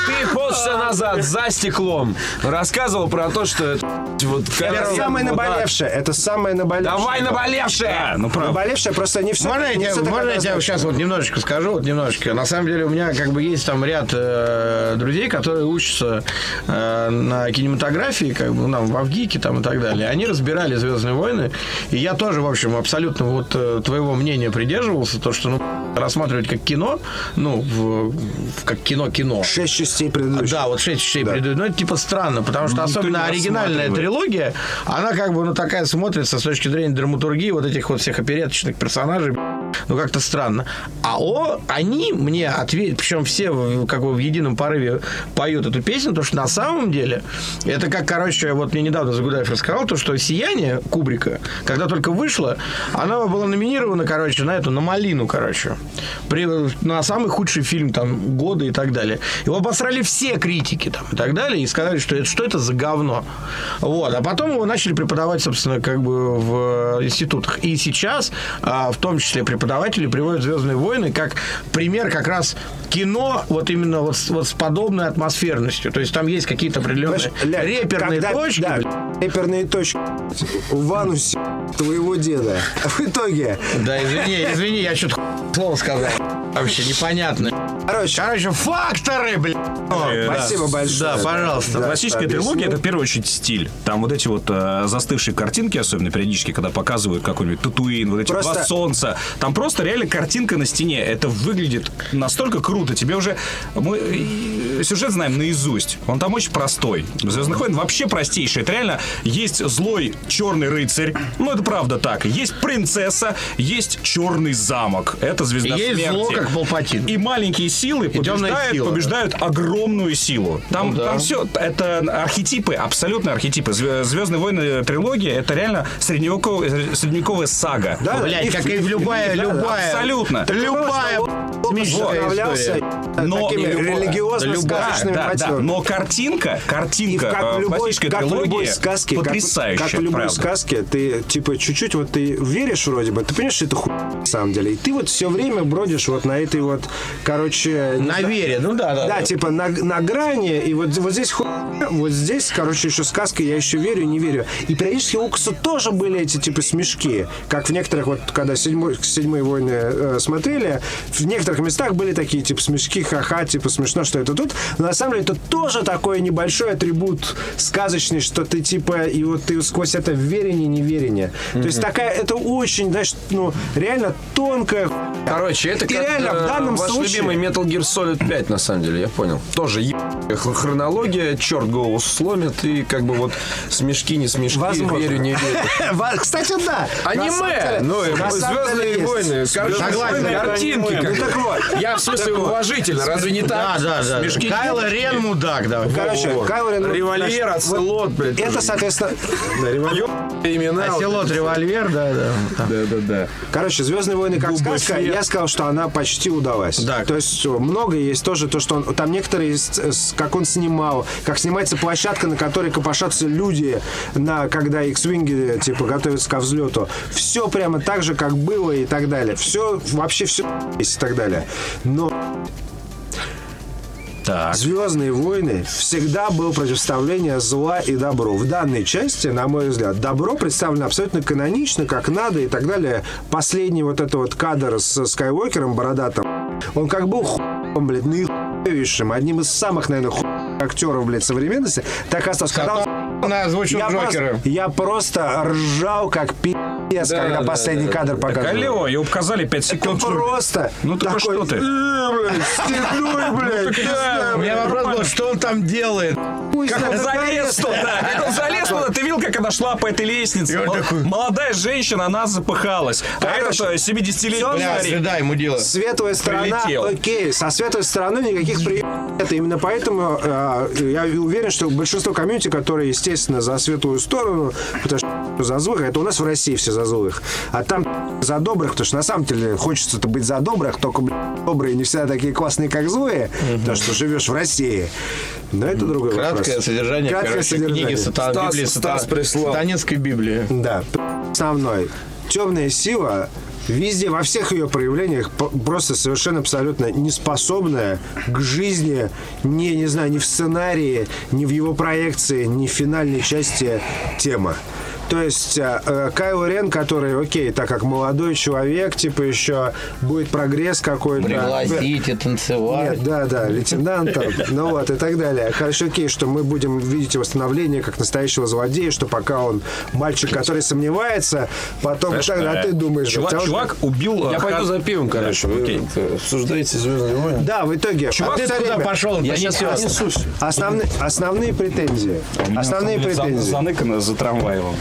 Ты полчаса назад за стеклом рассказывал про то, что это, вот Это Кайло самое Рен, вот так. наболевшее. Это самое наболевшее. Давай наболевшее! А, ну правда. Наболевшее просто не все. Можно я тебе, можно я тебе сейчас вот немножечко скажу, вот немножечко. На самом деле у меня как бы есть там ряд э, друзей, которые учатся э, на кинематографии, как бы нам в Авгике там и так далее. Они разбирали Звездные войны, и я тоже, в общем, абсолютно вот э, твоего мнения придерживался, то что ну рассматривать как кино, ну в- в- как кино кино. Шесть частей предыдущих. Да, вот шесть частей предыдущих. Ну, это типа странно, потому что особенно оригинальная трилогия, она как бы, ну, такая смотрится с точки зрения драматургии вот этих вот всех опереточных персонажей, ну, как-то странно. А о, они мне ответили, причем все в- как бы в едином порыве поют эту песню, потому что на самом деле это как, короче, вот мне недавно Загудаев рассказал, то, что «Сияние» Кубрика, когда только вышло, она была номинирована, короче, на эту, на «Малину», короче, при, на самый худший фильм там года и так далее. Его обосрали все критики там и так далее, и сказали, что это, что это за говно. Вот. А потом его начали преподавать, собственно, как бы в э, институтах. И сейчас, а, в том числе, преподаватели приводят «Звездные войны» как пример как раз кино вот именно вот, с- вот с подобной атмосферностью. То есть там есть какие-то определенные Понимаешь, Ля, реперные когда- точки. да, блядь. реперные точки. В анусе твоего деда. А В итоге. Да, извини, извини, я что-то слово сказал. Вообще непонятно. Короче, Короче, факторы, Э, блядь. спасибо большое. Да, пожалуйста. Классическая объяснил. трилогия это в первую очередь стиль. Там вот эти вот э, застывшие картинки, особенно периодически, когда показывают какой-нибудь татуин, вот эти Просто- два солнца. Там просто реально картинка на стене. Это выглядит настолько круто. Тебе уже мы э, сюжет знаем наизусть. Он там очень простой. Звездных войн вообще простейший. Это реально есть злой черный рыцарь. Ну, это правда так. Есть принцесса, есть черный замок. Это звезда И есть смерти. зло, как Палпатин. И маленькие силы темная побеждают, сила. побеждают огромную силу. Там, Ну да. там все все, это архетипы, абсолютно архетипы. Звездные войны трилогия это реально средневековая, средневековая сага. Да, Блядь, как и в любая, да, да, любая. абсолютно. Любая смешная Вдохновлялся история. Но- такими не любая. религиозно Да, любая, Да, сказочными да, да. мотивами. Но картинка, И в- картинка как, в э, любой, классической как в трилогии любой сказке, как- потрясающая, как, в любой правда. сказке, ты типа чуть-чуть вот ты веришь вроде бы, ты понимаешь, что это хуй на самом деле, и ты вот все время бродишь вот на этой вот, короче, не На знаю, вере, ну да, да. да, типа на, на грани, и вот, вот здесь хуй, вот здесь, короче, еще сказка, я еще верю, не верю. И периодически у Укса тоже были эти, типа, смешки, как в некоторых, вот, когда седьмой, «Седьмые войны» э, смотрели, в некоторых местах были такие, типа, смешки, ха-ха, типа, смешно, что это тут. Но на самом деле это тоже такой небольшой атрибут сказочный, что ты, типа, и вот ты сквозь это верение, неверение. То есть такая, это очень, знаешь, ну, реально тонкая хуйня. Короче, это Ты как, реально в э, данном ваш случае- любимый Metal Gear Solid 5, на самом деле, я понял. Тоже е- хр- хронология, черт голову сломит, и как бы вот смешки, не смешки, Возможно. верю, не верю. Ва- Кстати, да. На самом Аниме! деле- Ну, на самом деле «Звездные есть. войны», кар- Согласен. картинки. Ну как бы. так вот. Я в смысле уважительно, разве не Да, так? да, да. Смешки Кайло Рен мудак, да. Короче, Кайло Рен- Револьвер, Значит, оцелот, блядь. Это, соответственно, Да, револьвер, имена. вот Селот, револьвер, да, да. Там. Короче, Звездные войны как сказка, я сказал, что она почти удалась. Да. То есть э, много есть тоже то, что он, там некоторые, с- с- как он снимал, как снимается площадка, на которой копошатся люди, на, когда X-винги типа готовятся ко взлету. Все прямо так же, как было и так далее. Все, вообще все есть и так далее. Но Звездные войны всегда было противоставление зла и добро. В данной части, на мой взгляд, добро представлено абсолютно канонично, как надо и так далее. Последний вот этот вот кадр с Скайуокером бородатым, он как был хуем, блядь, наихуевейшим, одним из самых, наверное, хуевых актеров, блядь, современности, так и остался. Когда он Она озвучил я, Джокера. просто, я просто ржал, как пи***ц, когда последний кадр показывал. Алло, и указали 5 секунд. Просто Ну ты по такой, что ты? Ну, «Э, блядь, стеной, блядь, не знаю, У меня блядь, вопрос был, что он там делает? хуй Как он знает, залез наконец-то». туда, как он залез туда, ты видел, как она шла по этой лестнице. Мол- Молодая женщина, она запыхалась. А Короче, э, это 70-летний Бля, старик. среда ему дело. Светлая сторона, Прилетел. окей, со светлой стороны никаких при... Это именно поэтому э, я уверен, что большинство комьюнити, которые, естественно, за светлую сторону, потому что за злых, это у нас в России все за злых, а там за добрых, потому что на самом деле хочется-то быть за добрых, только блядь, добрые не всегда такие классные, как злые, потому что живешь в России. Но это другой вопрос. Краткое содержание, Краткое короче, содержание. книги Сатан, Стас- Библии Стас Сатан- прислал. Сатанинской Библии. Да, основной. Темная сила везде, во всех ее проявлениях, п- просто совершенно абсолютно не способная к жизни, не, не знаю, ни в сценарии, ни в его проекции, ни в финальной части тема. То есть э, э, Кайло Рен, который, окей, так как молодой человек, типа еще будет прогресс какой-то. Пригласите танцевать. Нет, да, да, лейтенанта, ну вот, и так далее. Хорошо, окей, что мы будем видеть его становление как настоящего злодея, что пока он мальчик, который сомневается, потом тогда ты думаешь... Э, Чувак, вот, а он- чувак убил... Я э, пойду Хан- за пивом, короче. Вы окей. вот, э, Обсуждаете звездные войны. Да, в итоге... А Чувак, ты абсолютно- куда пошел? Я сейчас Основные, основные претензии. Основные претензии. э, Заныкано за трамваевым.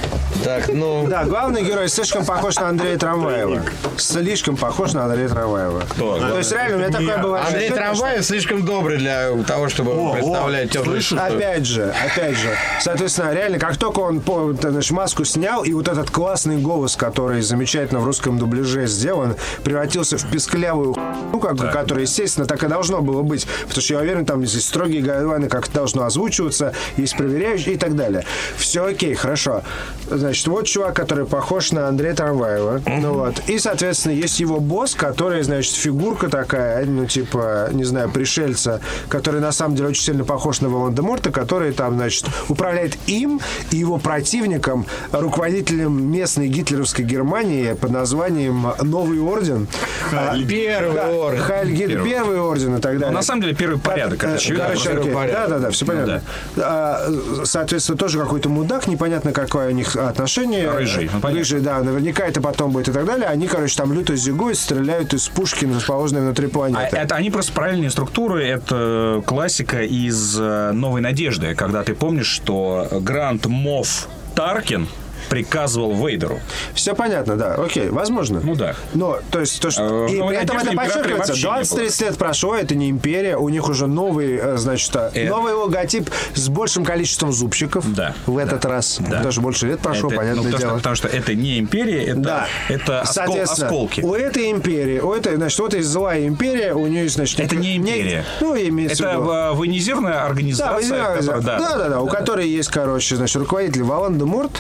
Так, ну, Да, главный герой слишком похож на Андрея Трамваева. Слишком похож на Андрея Трамваева. То есть реально у меня такое бывает. Андрей ощущение, что- Трамваев слишком добрый для того, чтобы представлять темную Опять же, опять же. Соответственно, реально, как только он по- ты знаешь, маску снял, и вот этот классный голос, который замечательно в русском дубляже сделан, превратился в песклявую ну, как бы, которая, естественно, так и должно было быть. Потому что я уверен, там здесь строгие гайлайны, как это должно озвучиваться, есть проверяющие и так далее. Все окей, хорошо. Значит, вот чувак, который похож на Андрея Трамваева. Ну вот. И, соответственно, есть его босс, который, значит, фигурка такая, ну, типа, не знаю, пришельца, который на самом деле очень сильно похож на Волан-де-Морта, который там, значит, управляет им и его противником, руководителем местной гитлеровской Германии под названием «Новый орден». А, Первый да, орден. Хайльгейт первый орден и так далее. Ну, На самом деле первый порядок, Ну Э, очевидно. короче, просто. окей. Да, да, да, все понятно. А, соответственно, тоже какой-то мудак, непонятно, какое у них отношение. Рыжий, ну, понятно. Рыжий, да, наверняка это потом будет и так далее. Они, короче, там люто зигуют, стреляют из пушки, расположенной внутри А планеты. это они просто правильные структуры, это классика из э, «Новой надежды», когда ты помнишь, что Грант Мофф Таркин приказывал Вейдеру. Все понятно, да, окей, возможно. Ну да. Но, то есть, то, что... Э, и ну, при этом надежды это императора подчеркивается. вообще не было. 20-30 лет прошло, это не империя, у них уже новый, э, значит, а, новый логотип с большим количеством зубчиков Да. в этот раз. Даже больше лет прошло, Это- ну, понятное потому, дело. Что, потому что это не империя, это, Да. это оскол- Соответственно, осколки. У этой империи, у этой, значит, вот есть злая империя, у нее есть, значит, Это нек- не империя. ну, имеется Это в виду. э, военизированная Да, организация. возьмем- которая- да, да, да, у которой есть, короче, значит, руководитель Валанда Морт,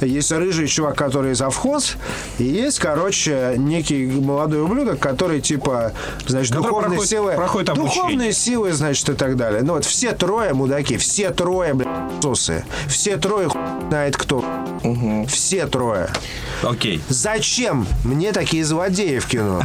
есть рыжий чувак, который завхоз, и есть, короче, некий молодой ублюдок, который, типа, значит, Который духовные проходит- силы... проходит обучение. духовные силы, значит, и так далее. Ну вот все трое мудаки, все трое, блядь, сосы, все трое хуй знает кто. Все трое. Окей. Зачем мне такие злодеи в кино?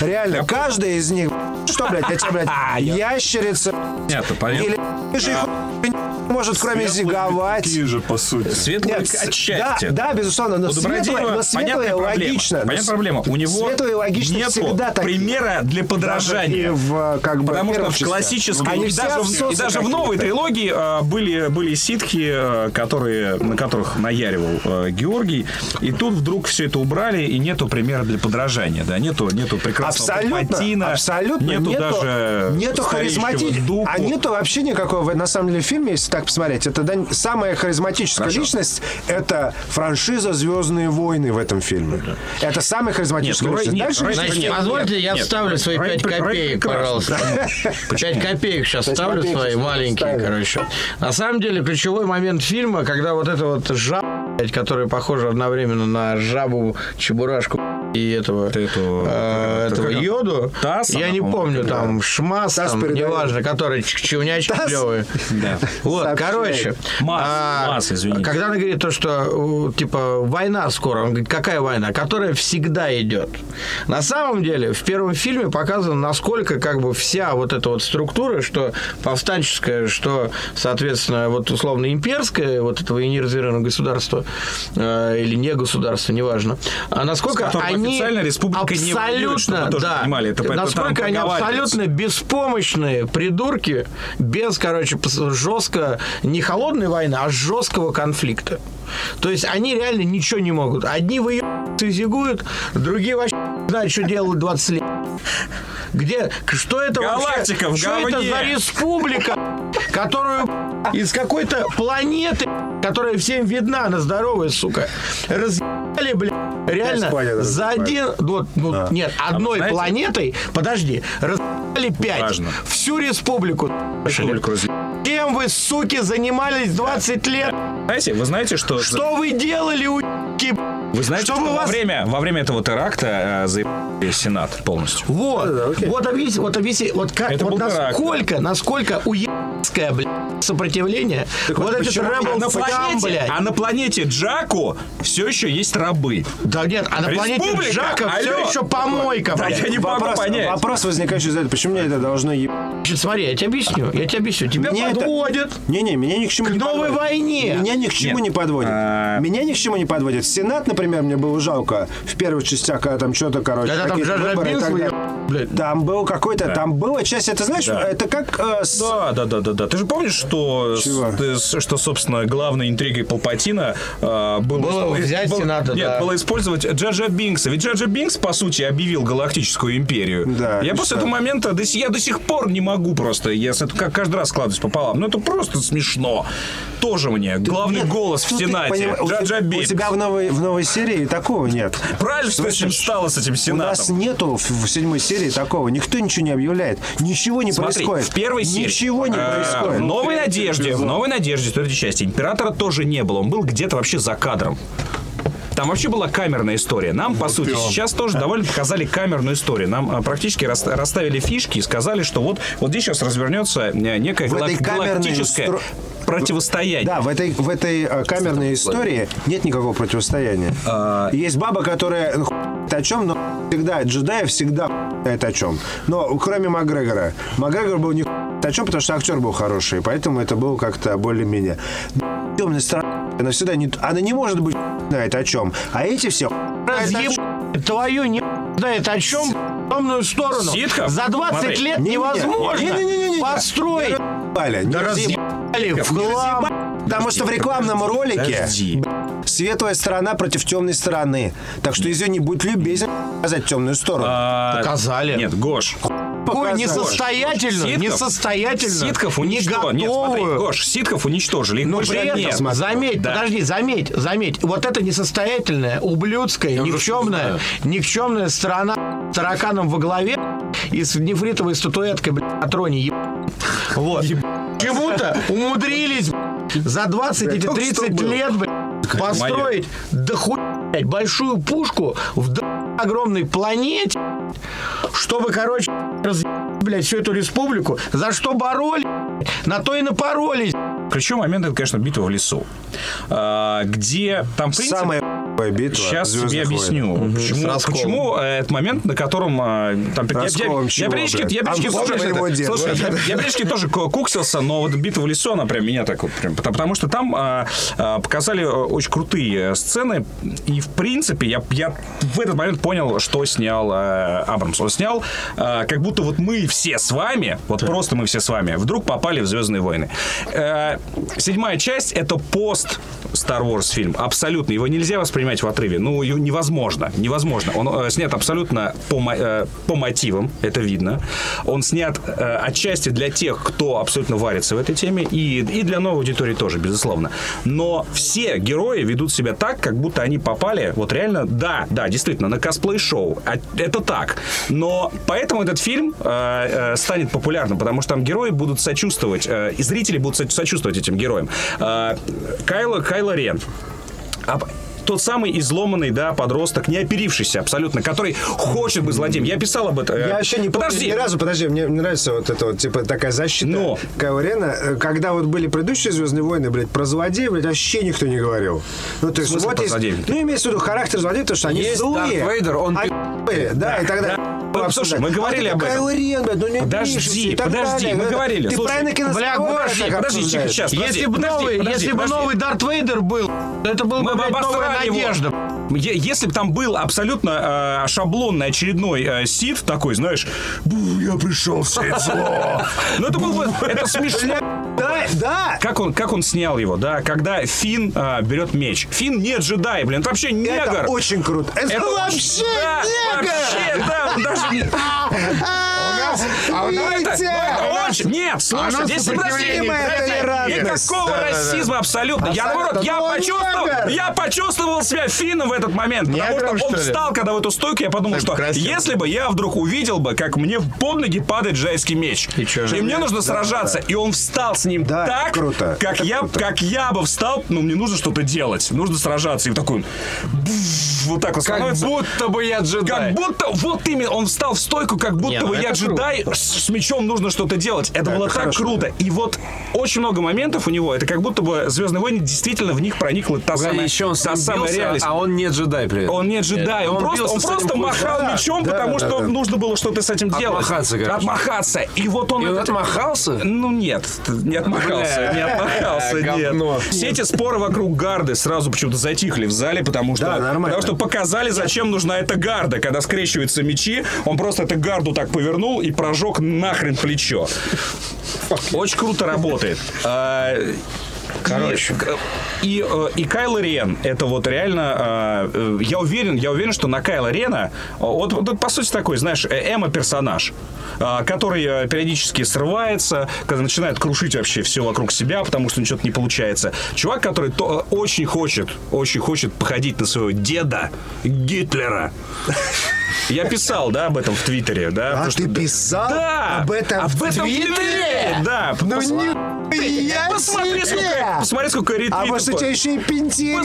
Реально, каждая из А, них... Что, блядь, я тебя, блядь, ящерица Понятно, понятно. или... рыжий хуй, может, кроме зиговать. Такие же, по сути. Светлый Нет, с- отчасти. Да, да, безусловно, но У светлое, Добродеева но светлое понятная проблема. логично. но Понятная с- проблема. У него светлое и логично нету всегда такие. примера для И подражания. в, э, как бы, Потому что первых в частях. классической Они и все даже, в- абсосы и даже в новой какие-то. трилогии а, были, были ситхи, а, которые, на которых наяривал а, Георгий. И тут вдруг все это убрали, и нету примера для подражания. Да, нету, нету прекрасного Абсолютно, Палпатина, абсолютно нету, даже нету стареющего харизмати- Дуку. а нету вообще никакого. На самом деле в фильме, если так посмотреть, это да, самая харизматическая личность. Это франшиза Звездные войны в этом фильме. Это самая харизматическая Нет, ну, личность. нет, Дальше Рэй- личность Значит, нет. Позвольте, я нет, вставлю нет, свои Рэй 5 пр- Рэй копеек, прекрасен. пожалуйста. 5 копеек сейчас ставлю копеек свои сейчас маленькие, ставим. короче. На самом деле, ключевой момент фильма, когда вот это вот жаба, блядь, которая похожа одновременно на жабу, чебурашку и этого, Ты эту- э, это этого как она? йоду. Таз я она, не по-моему, помню, там шмас, Таз там, передает. неважно, который ч- чевнячки Таз? клевые. Вот, Сообщает. короче. Масс, а, масс, извините. Когда она говорит то, что, э, типа, война скоро, он говорит, какая война? Которая всегда идет. На самом деле, в первом фильме показано, насколько, как бы, вся вот эта вот структура, что повстанческая, что, соответственно, вот, условно, имперская, вот этого инервированного государства, э, или не государства, неважно, а насколько которым они официально республика не воюет, чтобы абсолютно, вы тоже да, понимали, это поэтому там насколько они проговаривается. абсолютно беспомощные придурки, без, короче, пос- жестко, не холодной войны, а жесткого конфликта. То есть они реально ничего не могут. Одни выебываются и зигуют, другие вообще не знают, что делают 20 лет. Где, к- что это Галактика в вообще, что это говне. за республика, которую из какой-то планеты, которая всем видна, она здоровая, сука, разъебали, блядь, реально планет за разъебали. один, вот, ну, нет, одной А знаете- планетой, подожди, разъебали пять, Важно. всю республику, Республику разъ- чем вы, суки, занимались 20 лет, Знаете, вы знаете, что... что вы делали, уебки, Вы знаете, Чтобы что во, вас- время, во время этого теракта э, заебали Сенат полностью. Вот, окей. вот объясни, вот объясни, вот как, Это вот был теракт, насколько, насколько уебское, блядь, сопротивление, вот, этот А Rebel на, Scum, планете, блядь. а на планете Джаку все еще есть рабы. Да нет, а на планете Республика, Джака все алло. еще помойка, Да, блядь. я не могу Вопрос, понять. вопрос возникающий из этого, почему мне это должно еб... Значит, смотри, я тебе объясню, я тебе объясню. Тебя Мне это- подводят Не-не, меня ни к чему к не новой подводит. войне. Меня ни к чему Нет. не подводит. А. Меня ни к чему не подводит. Сенат, например, мне было жалко в первых частях, когда там что-то, короче, Когда там какие-то Жажа выборы и Бинс так далее. выеб- блядь. Там был какой-то, там была часть, это знаешь, это как э, с- Да, да, да, да, да. Ты же помнишь, что, с- Чего? э, с- что собственно, главной интригой Палпатина э, было, Было взять Сената, Нет, да. было использовать Джаджа Бинкса. Ведь Джаджа Бинкс, по сути, объявил Галактическую империю. Да, я и после что? этого момента до, с- я до сих пор не могу просто. Я с- это как каждый раз складываюсь пополам. Ну это просто смешно. Тоже мне. Главный Нет, голос в ну, ты Сенате. понимаешь, у тебя- Джаджа У Бинкс. тебя в новой, в новой серии такого нет. Правильно, что с ним стало с этим У нас Сенатом? нету в в седьмой серии такого. Никто ничего не объявляет. Ничего не Смотри, происходит. в первой серии. Ничего не э, происходит. В новой надежде, в новой надежде, в третьей части, императора тоже не было. Он был где-то вообще за кадром. Там вообще была камерная история. Нам, по сути, сейчас тоже довольно показали камерную историю. Нам а, практически рас- расставили фишки и сказали, что вот, вот здесь сейчас развернется э, некое В этой галак- камерной галактическое стро- противостояние. Да, в этой, в этой э, камерной истории нет никакого противостояния. Есть баба, которая ну, хуй о чем, но всегда джедаи всегда хуй о чем. Но кроме Макгрегора. Макгрегор был не хуй о чем, потому что актер был хороший, поэтому это было как-то более-менее. Но Темная сторона, она всегда не... т- Она не может быть хуй знает о чем. А эти все... хуй знает о разъеб... чём. твою не знает о чем темную сторону. Ситхов? За 20 Смотри. лет Не-не-не. невозможно Не-не-не-не-не. построить. Валя, не Разъебали в хлам. разъебай. Потому что в рекламном ролике Подожди. светлая сторона против темной стороны. Так что извини, будь любезен показать темную сторону. А, Показали. Нет, Гош. Такую показали. несостоятельную, Ситхов- несостоятельную, Ситхов не уничтожили. Нет, смотри, готовую. Гош, Ситхов уничтожили. Их Ну, Но больше при этом, нет. заметь, Да. подожди, заметь, заметь, вот эта несостоятельная, ублюдская, никчемная, никчемная страна с тараканом во главе и с нефритовой статуэткой, блядь, на троне, еб... Вот. Чему-то умудрились, блядь, за 20 или 30 лет, блядь, построить да хуй, блядь, большую пушку в до- огромной планете, чтобы, короче, раз блядь, всю эту республику, за что боролись, блядь, на то и напоролись. Ключевой момент это, конечно, битва в лесу, А, где там в принципе, Самое ебаная битва. Сейчас «Звездных тебе войн». объясню, почему, почему э, этот момент, на котором э, там я- я- Расколом я, чего, периодически- блядь? я периодически- А помнишь слушай, его это- дед, слушай, вот я- я периодически тоже ко- куксился, но вот битва в лесу, она прям меня так вот прям, потому, потому что там э, э, показали э, очень крутые э, сцены, и в принципе я, я в этот момент понял, что снял э, Абрамс. Он снял, э, как будто вот мы все с вами, вот просто мы все с вами, вдруг попали в Звездные войны. Э, седьмая часть это пост Star Wars фильм. Абсолютно. Его нельзя воспринимать в отрыве. Ну, его невозможно. Невозможно. Он э, снят абсолютно по, мо- э, по мотивам. Это видно. Он снят э, отчасти для тех, кто абсолютно варится в этой теме. И, и для новой аудитории тоже, безусловно. Но все герои ведут себя так, как будто они попали. Вот реально, да, да, действительно, на косплей-шоу. А Это так. Но поэтому этот фильм э, э, станет популярным, потому что там герои будут сочувствовать, э, и зрители будут соч- сочувствовать этим героям. Э, Кайло, Кайло Рен. А п- тот самый изломанный, да, подросток, не оперившийся абсолютно, который хочет быть злодеем. Я писал об этом. э, Я вообще не помню Подожди, ни разу, подожди, мне мне нравится вот это вот, типа, такая защита Но. Кайло Рена. Э, Когда вот были предыдущие «Звездные войны», блядь, про злодеев, блядь, вообще никто не говорил. Ну, то есть, смысле вот про есть- злодеев? Ну, имеется в виду характер злодеев, потому что они Есть Дарт злые. Вейдер, он Они ебаные, да, и так далее. Мы- Ну, слушай, мы говорили а ты об такой, этом. «Кайло Рен, блядь, ну не Подожди, пишешься» и так подожди, далее. мы Ну, говорили. Ты Слушай, правильно бля, Гоша, подожди, сейчас, сейчас. Если подожди, бы новый, подожди, если бы подожди. новый Дарт Вейдер был, то это был бы, Мы бы блядь, новая обосрали его. надежда. Е- Если бы там был абсолютно э, шаблонный очередной э, Сид такой, знаешь, «Бу, я пришел все зло. Ну это было бы, это смешно. Да, да. Как он, как он снял его, да, когда Финн э, берет меч. Финн не джедай, блин, это вообще негр. Это очень круто. Это, Это вообще да, негр! Вообще, А да, он даже не... Ну, это- Витя! ну, это очень- Нет, слушай, здесь сопротивление, обращение, это знаете, толерантность. Никакого расизма абсолютно. Я наоборот, я Ну, он почувствовал, негр. я почувствовал себя финном в этот момент, потому Негром, что он что ли? встал, когда в эту стойку, я подумал, что красиво. если бы я вдруг увидел бы, как мне под ноги падает джайский меч, и, мне нужно сражаться, и он встал с ним Да, так, это круто, как это я, круто. как я бы встал, но мне нужно что-то делать, нужно сражаться, и такой он бф, вот так вот Как становится. будто бы я Как джедай. будто, вот именно, он встал в стойку, как будто ну бы я это джедай, с, с мечом нужно что-то делать. Это было так круто. И вот очень много моментов у него, это как будто бы «Звездные войны» действительно в них проникла та Погоди, самая, еще он та сам самая бился, реальность. а он не джедай при этом. Он не джедай, он, он просто, бился он с этим просто хуй. махал Да, мечом, да, потому да, что да. нужно было что-то с этим делать. Отмахаться, короче. Отмахаться. И вот он И он этот- отмахался? Ну нет, не отмахался, не отмахался, нет. Все эти споры вокруг гарды сразу почему-то затихли в зале, потому что, Да, нормально. потому что показали, зачем нужна эта гарда. Когда скрещиваются мечи, он просто эту гарду так повернул и прожег нахрен плечо. Очень круто работает. А, Короче. И, э, и Кайло Рен, это вот реально, э, э, я уверен, я уверен, что на Кайла Рена, э, вот, вот, по сути такой, знаешь, эмо персонаж, который э, периодически срывается, когда начинает крушить вообще все вокруг себя, потому что ничего не получается. Чувак, который то- э, очень хочет, очень хочет походить на своего деда Гитлера. Я писал, да, об этом в Твиттере, да? А потому что- ты писал да, об этом в Твиттере? Да, Ну пос- не посмотри, сколько, посмотри, сколько ретвитов. А может, у тебя еще и Пинтерест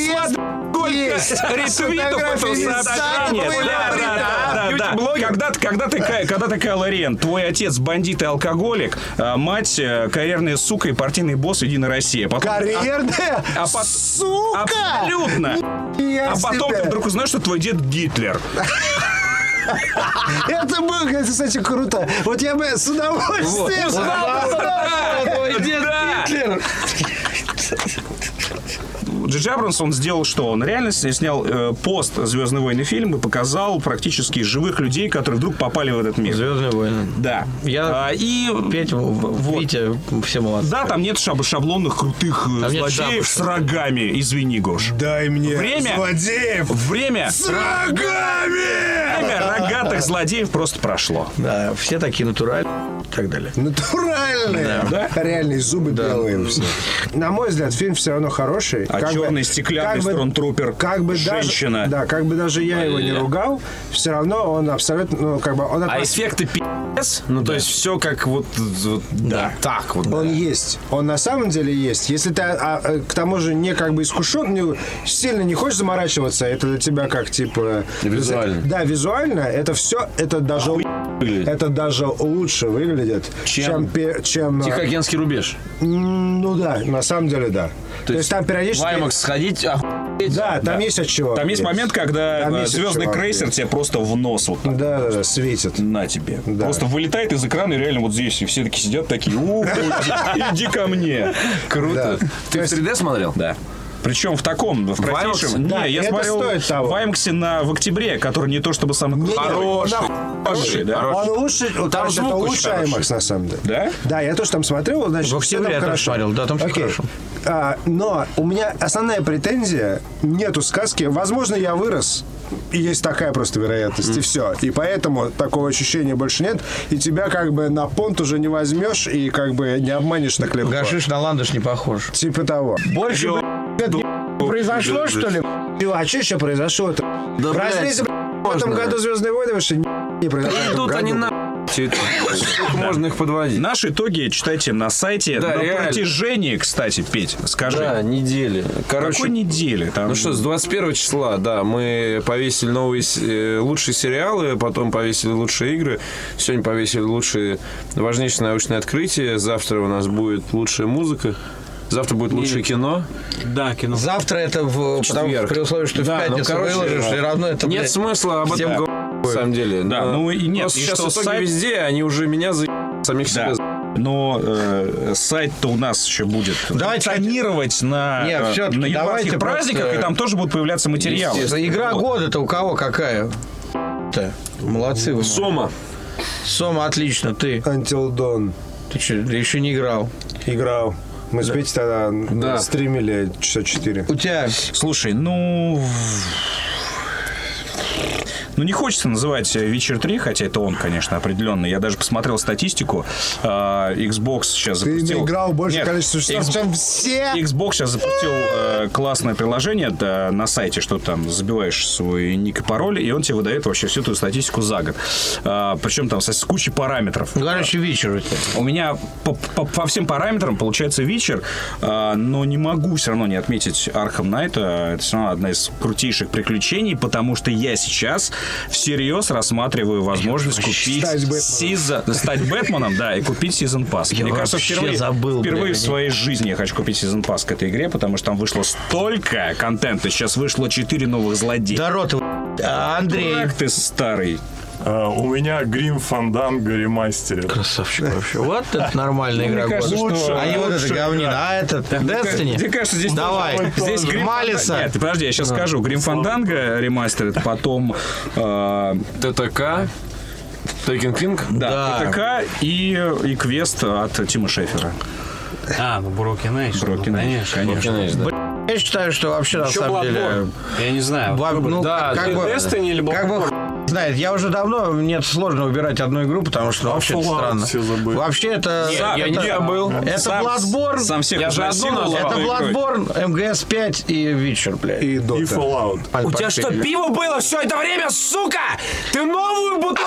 есть? ретвитов этого Фотографии из сообщения. сайта твоего Да, да, да, да, да. Когда, ты- когда, ты, Кай- когда ты Кайло Рен, твой отец бандит и алкоголик, а мать э, карьерная сука и партийный босс Единая Россия. Потом- Карьерная? а пот- Сука! Абсолютно. Я А потом себя- ты вдруг узнаешь, что твой дед Гитлер. Это было, кстати, круто. Вот я бы с удовольствием... с удовольствием. Да. Джиджи Абрамс, он сделал что? Он реально с- снял э, пост «Звездные войны» фильм и показал практически живых людей, которые вдруг попали в этот мир. Звездные войны. Да. Я- А, и Петь, вот. Витя, все молодцы. Да, там нет шаб- шаблонных крутых э, Там нет злодеев шапочек. с рогами. Извини, Гош. Дай мне Время. злодеев Время, с рогами! время рогатых злодеев просто прошло. Да, все такие натуральные и так далее. Натуральные. Да. Реальные зубы белые. все. На мой взгляд, фильм все равно хороший. А черный стеклянный как бы- Stormtrooper, Как бы даже- женщина. Да, как бы даже я его не ругал, все равно он абсолютно, ну, как бы, он А атмосфер- эффекты пи***ц, ну то есть все как вот, вот так вот. Он есть. Он на самом деле есть. Если ты а, э, к тому же не как бы искушен, не, сильно не хочешь заморачиваться, это для тебя как типа... Визуально. Да, визуально. Это все, это даже... Это даже лучше выглядит, чем... пе- чем, э, Тихоокеанский рубеж. м, ну да, на самом деле да. То, есть, там периодически... В IMAX сходить, а Да, там есть от чего. Там есть момент, когда Там э, есть звездный чувак, крейсер тебе просто в нос вот так Да, да, да, светит. на тебе. Да. Просто вылетает из экрана и реально вот здесь. И все таки сидят такие, «Ух, иди ко мне. Да. Круто. Ты в 3D смотрел? Да. Причем в таком, в простейшем. Да, Не, я это смотрел стоит того. в Аймаксе на в октябре, который не то чтобы самый хороший. Хороший, да? Он лучше, там звук это очень лучше хороший. IMAX, на самом деле. Да? Да, я тоже там смотрел, значит, В всё октябре я там хорошо. тоже смотрел, да, там всё Окей. хорошо. А, но у меня основная претензия нету сказки. Возможно, я вырос. И есть такая просто вероятность, и все. И поэтому такого ощущения больше нет. И тебя как бы на понт уже не возьмешь и как бы не обманешь так легко. Гашиш на ландыш не похож. Типа того. Больше Произошло, что ли? А что еще произошло-то? Да, В блядь, разрезе, б***ь, в этом можно, году да. Звездные войны вышли, ни- не произошло. в этом Идут они году. на... всё это. Сколько можно их подводить? Наши итоги читайте на сайте. Да, на реально. протяжении, кстати, Петь, скажи. Да, недели. Какой Короче, недели? Там... Ну что, с 21 числа, да, мы повесили новые с- э, лучшие сериалы, потом повесили лучшие игры, сегодня повесили лучшие важнейшие научные открытия, завтра у нас будет лучшая музыка, завтра будет лучшее кино. Да, кино. Завтра это в, потому- четверг. при условии, что Да, в ну, пятницу короче, выложишь, да. и равно это, Нет блядь, смысла об этом всем говорить, на самом деле. Да, ну и нет, Просто и сейчас что итоги сайт- везде, они уже меня за самих Да. себя. за- Но э, сайт-то у нас еще будет Давайте- тонировать на, Нет, э, всё-таки на давайте январских праздниках, просто- и там тоже будут появляться материалы. Естественно. Игра года-то у кого какая? Ты. Молодцы вы. Сома. Сома. Сома, отлично. Ты. Until Dawn. Ты что, еще не играл? Играл. Мы с Петей тогда Да. стримили часа четыре. У тебя Слушай, ну... Ну, не хочется называть э, Witcher 3, хотя это он, конечно, определенно. Я даже посмотрел статистику. А, Xbox сейчас Ты запустил... наиграл больше Нет, количества часов, Xbox- чем все. Xbox сейчас запустил э, классное приложение да, на сайте, что ты там забиваешь свой ник и пароль, и он тебе выдает вообще всю эту статистику за год. А, причем там со- с кучей параметров. Ну, Короче, вечер у тебя. У меня по, по- по всем параметрам получается вечер, а, но не могу все равно не отметить Архам Найта. Это все равно одна из крутейших приключений, потому что я сейчас всерьез рассматриваю возможность купить стать Бэтменом. сезон, стать Бэтменом, да, и купить сезон пас. Я Мне кажется, вообще впервые, забыл, впервые блин, в своей жизни я хочу купить сезон пас к этой игре, потому что там вышло столько контента. Сейчас вышло 4 новых злодея. Да рот его, а, Андрей. Как ты старый. А, у меня Грим Фанданго ремастерит. Красавчик вообще. Вот это нормальная игра мне кажется, года. что- а не вот лучше это говнина. А этот ну, Destiny? Мне кажется, здесь Давай. Здесь Здесь Грим Фанданго- Малиса. Нет, подожди, я сейчас скажу. Грим Фанданга ремастерит, потом э, ТТК. Тейкин Кинг. да, Да. ПТК и, и квест от Тима Шефера. А, ну Broken Age. ну, Broken Age, конечно. Я считаю, что вообще на самом деле... Я не знаю. Баб- ну, Да, да, как бы, Destiny или как бы Blackboard? хуй знает, я уже давно, мне сложно выбирать одну игру, потому что ну, вообще это Fallout странно. все забыли. Вообще это... я это, не был. Это Сам- Bloodborne, Сам всех Я же одну изнасиловал. это назвал. Bloodborne, МГС-5 и Witcher, блядь. И И Дота. Fallout. У тебя что, пиво было все это время, сука? Ты новую бутылку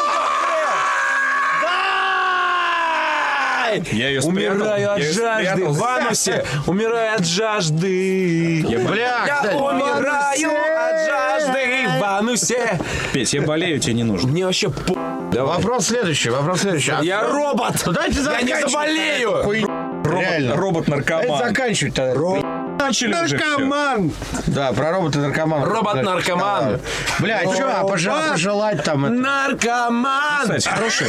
открыл? Я ее Умираю от жажды в анусе, умираю от жажды. Бля, Я кстати, умираю от жажды в анусе. Петь, я болею, тебе не нужно. Мне вообще по... вопрос следующий, вопрос следующий. А- Я робот! Ну, Я Давайте не заканчивать. заболею! Хуй- Реально. Давайте Робот-наркоман. заканчивать тогда. Начали уже всё. Наркоман! Да, про робота наркомана. Робот-наркоман! Бля, чё, а пожа- пожелать там? это? Наркоман! Кстати, хороший.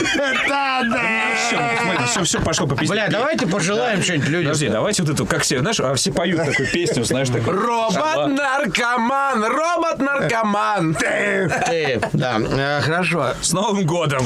Все, все, пошло по пизде. Бля, давайте пожелаем что-нибудь людям. Подожди, давайте вот эту, как все, знаешь, а все поют такую песню, знаешь, такую. Робот-наркоман! Робот-наркоман! Э, Да, Э, хорошо. С Новым годом!